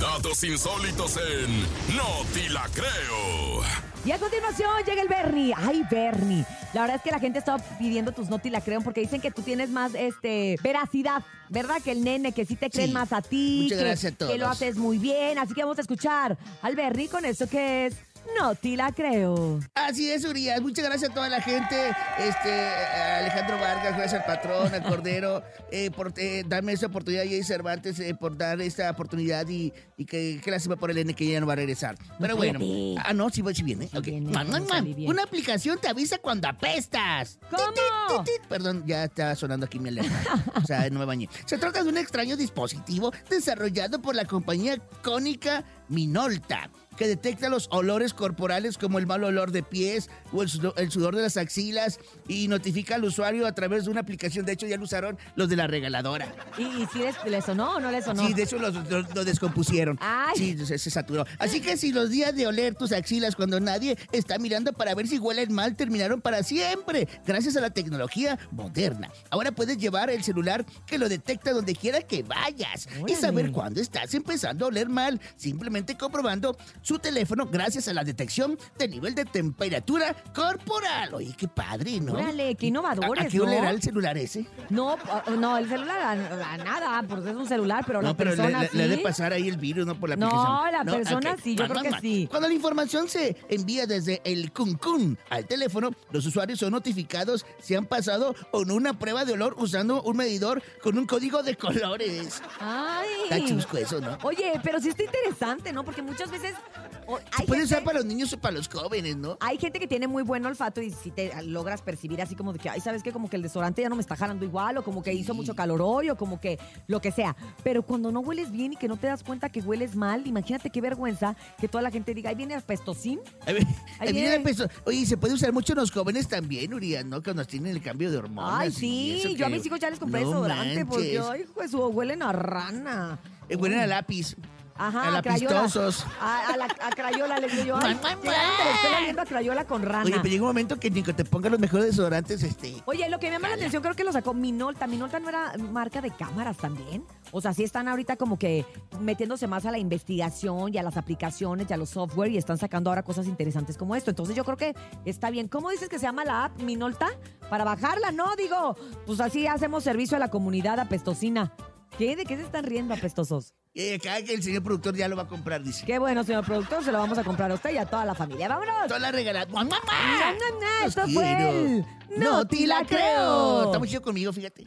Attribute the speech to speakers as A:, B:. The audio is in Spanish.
A: Datos insólitos en No Te La Creo.
B: Y a continuación llega el Bernie. Ay, Bernie. La verdad es que la gente está pidiendo tus notas y la creen porque dicen que tú tienes más este veracidad, ¿verdad? Que el nene, que sí te creen
C: Sí.
B: más a ti.
C: Muchas
B: que,
C: gracias a todos.
B: que lo haces muy bien. Así que vamos a escuchar al Bernie con esto que es No Te La Creo.
C: Así es, Urias. Muchas gracias a toda la gente. Este, a Alejandro Vargas, gracias al patrón, al Cordero, eh, por eh, darme esta oportunidad, y Cervantes, eh, por dar esta oportunidad y, y que, que lástima por el N que ya no va a regresar. Pero bueno.
B: cállate.
C: Ah, no, sí, va- sí viene.
B: Sí
C: ok.
B: viene,
C: Mua, mua,
B: no
C: mua.
B: salí bien.
C: Una aplicación te avisa cuando apestas.
B: ¿Cómo?
C: Tit, tit, tit. Perdón, ya está sonando aquí mi alerta. O sea, no me bañé. Se trata de un extraño dispositivo desarrollado por la compañía cónica Minolta, que detecta los olores corporales como el mal olor de pies o el sudor, el sudor de las axilas y notifica al usuario a través de una aplicación. De hecho, ya lo usaron los de la regaladora.
B: ¿Y, y si les, les sonó o no les sonó?
C: Sí, de hecho lo, lo- lo descompusieron.
B: Ay.
C: Sí, se, se saturó. Así que si los días de oler tus axilas cuando nadie está mirando para ver si huelen mal terminaron para siempre, gracias a la tecnología moderna. Ahora puedes llevar el celular que lo detecta donde quiera que vayas
B: Órale.
C: y saber cuándo estás empezando a oler mal, simplemente comprobando su teléfono gracias a la detección del nivel de temperatura corporal. Oye, qué padre, ¿no?
B: Órale, qué
C: ¿A,
B: innovadores,
C: a qué
B: ¿no?
C: olerá el celular ese?
B: No, ah, no, el celular a, a nada, porque es un celular, pero la
C: No, pero le,
B: persona
C: le- le ha de
B: sí.
C: pasar ahí el virus, no por la
B: No,
C: aplicación.
B: la persona
C: ok.
B: sí, yo
C: Va,
B: creo
C: va,
B: que
C: va.
B: sí.
C: Cuando la información se envía desde el Kun al teléfono, los usuarios son notificados si han pasado o no una prueba de olor usando un medidor con un código de colores.
B: Ay.
C: Está chusco eso, ¿no?
B: Oye, pero sí está interesante, ¿no? Porque muchas veces o-
C: Se
B: hay,
C: puede
B: gente,
C: usar para los niños o para los jóvenes, ¿no?
B: hay gente que tiene muy buen olfato y si te logras percibir así como de que, ay, ¿sabes qué? Como que el desodorante ya no me está jalando igual o como que hizo
C: Sí.
B: mucho calor hoy o como que lo que sea. Pero cuando no hueles bien y que no te das cuenta que hueles mal, imagínate qué vergüenza que toda la gente diga, ahí viene apestosín.
C: A ver,
B: Ahí
C: ahí viene
B: viene.
C: el peso. Oye, se puede usar mucho en los jóvenes también, Urias, ¿no? Cuando tienen el cambio de hormonas.
B: Ay,
C: y eso
B: sí,
C: que-
B: yo a mis hijos ya les compré
C: No
B: desodorante porque,
C: manches.
B: ay, pues, huelen a rana.
C: Eh, Huelen a lápiz.
B: Ajá,
C: a la
B: Crayola.
C: pistosos.
B: A, a la a Crayola le digo yo. Ay,
C: Guan, guan,
B: llegaron que le estoy oliendo a Crayola con rana.
C: Oye, pero llega un momento que ni que te pongan los mejores desodorantes, este.
B: Oye, lo que me llama la atención creo que lo sacó Minolta. Minolta no era marca de cámaras también. O sea, sí están ahorita como que metiéndose más a la investigación y a las aplicaciones y a los software y están sacando ahora cosas interesantes como esto. Entonces yo creo que está bien. ¿Cómo dices que se llama la app Minolta? Para bajarla, no, digo, pues así hacemos servicio a la comunidad apestosina. ¿Qué? ¿De qué se están riendo apestosos?
C: Y acá que el señor productor ya lo va a comprar, dice.
B: Qué bueno, señor productor, se lo vamos a comprar a usted y a toda la familia. ¡Vámonos!
C: Toda la regalada. ¡Mua, mua, mua!
B: No, no, no,
C: Los
B: esto
C: quiero.
B: fue el...
C: No te la creo. Está
B: Estamos
C: muy chido conmigo, fíjate.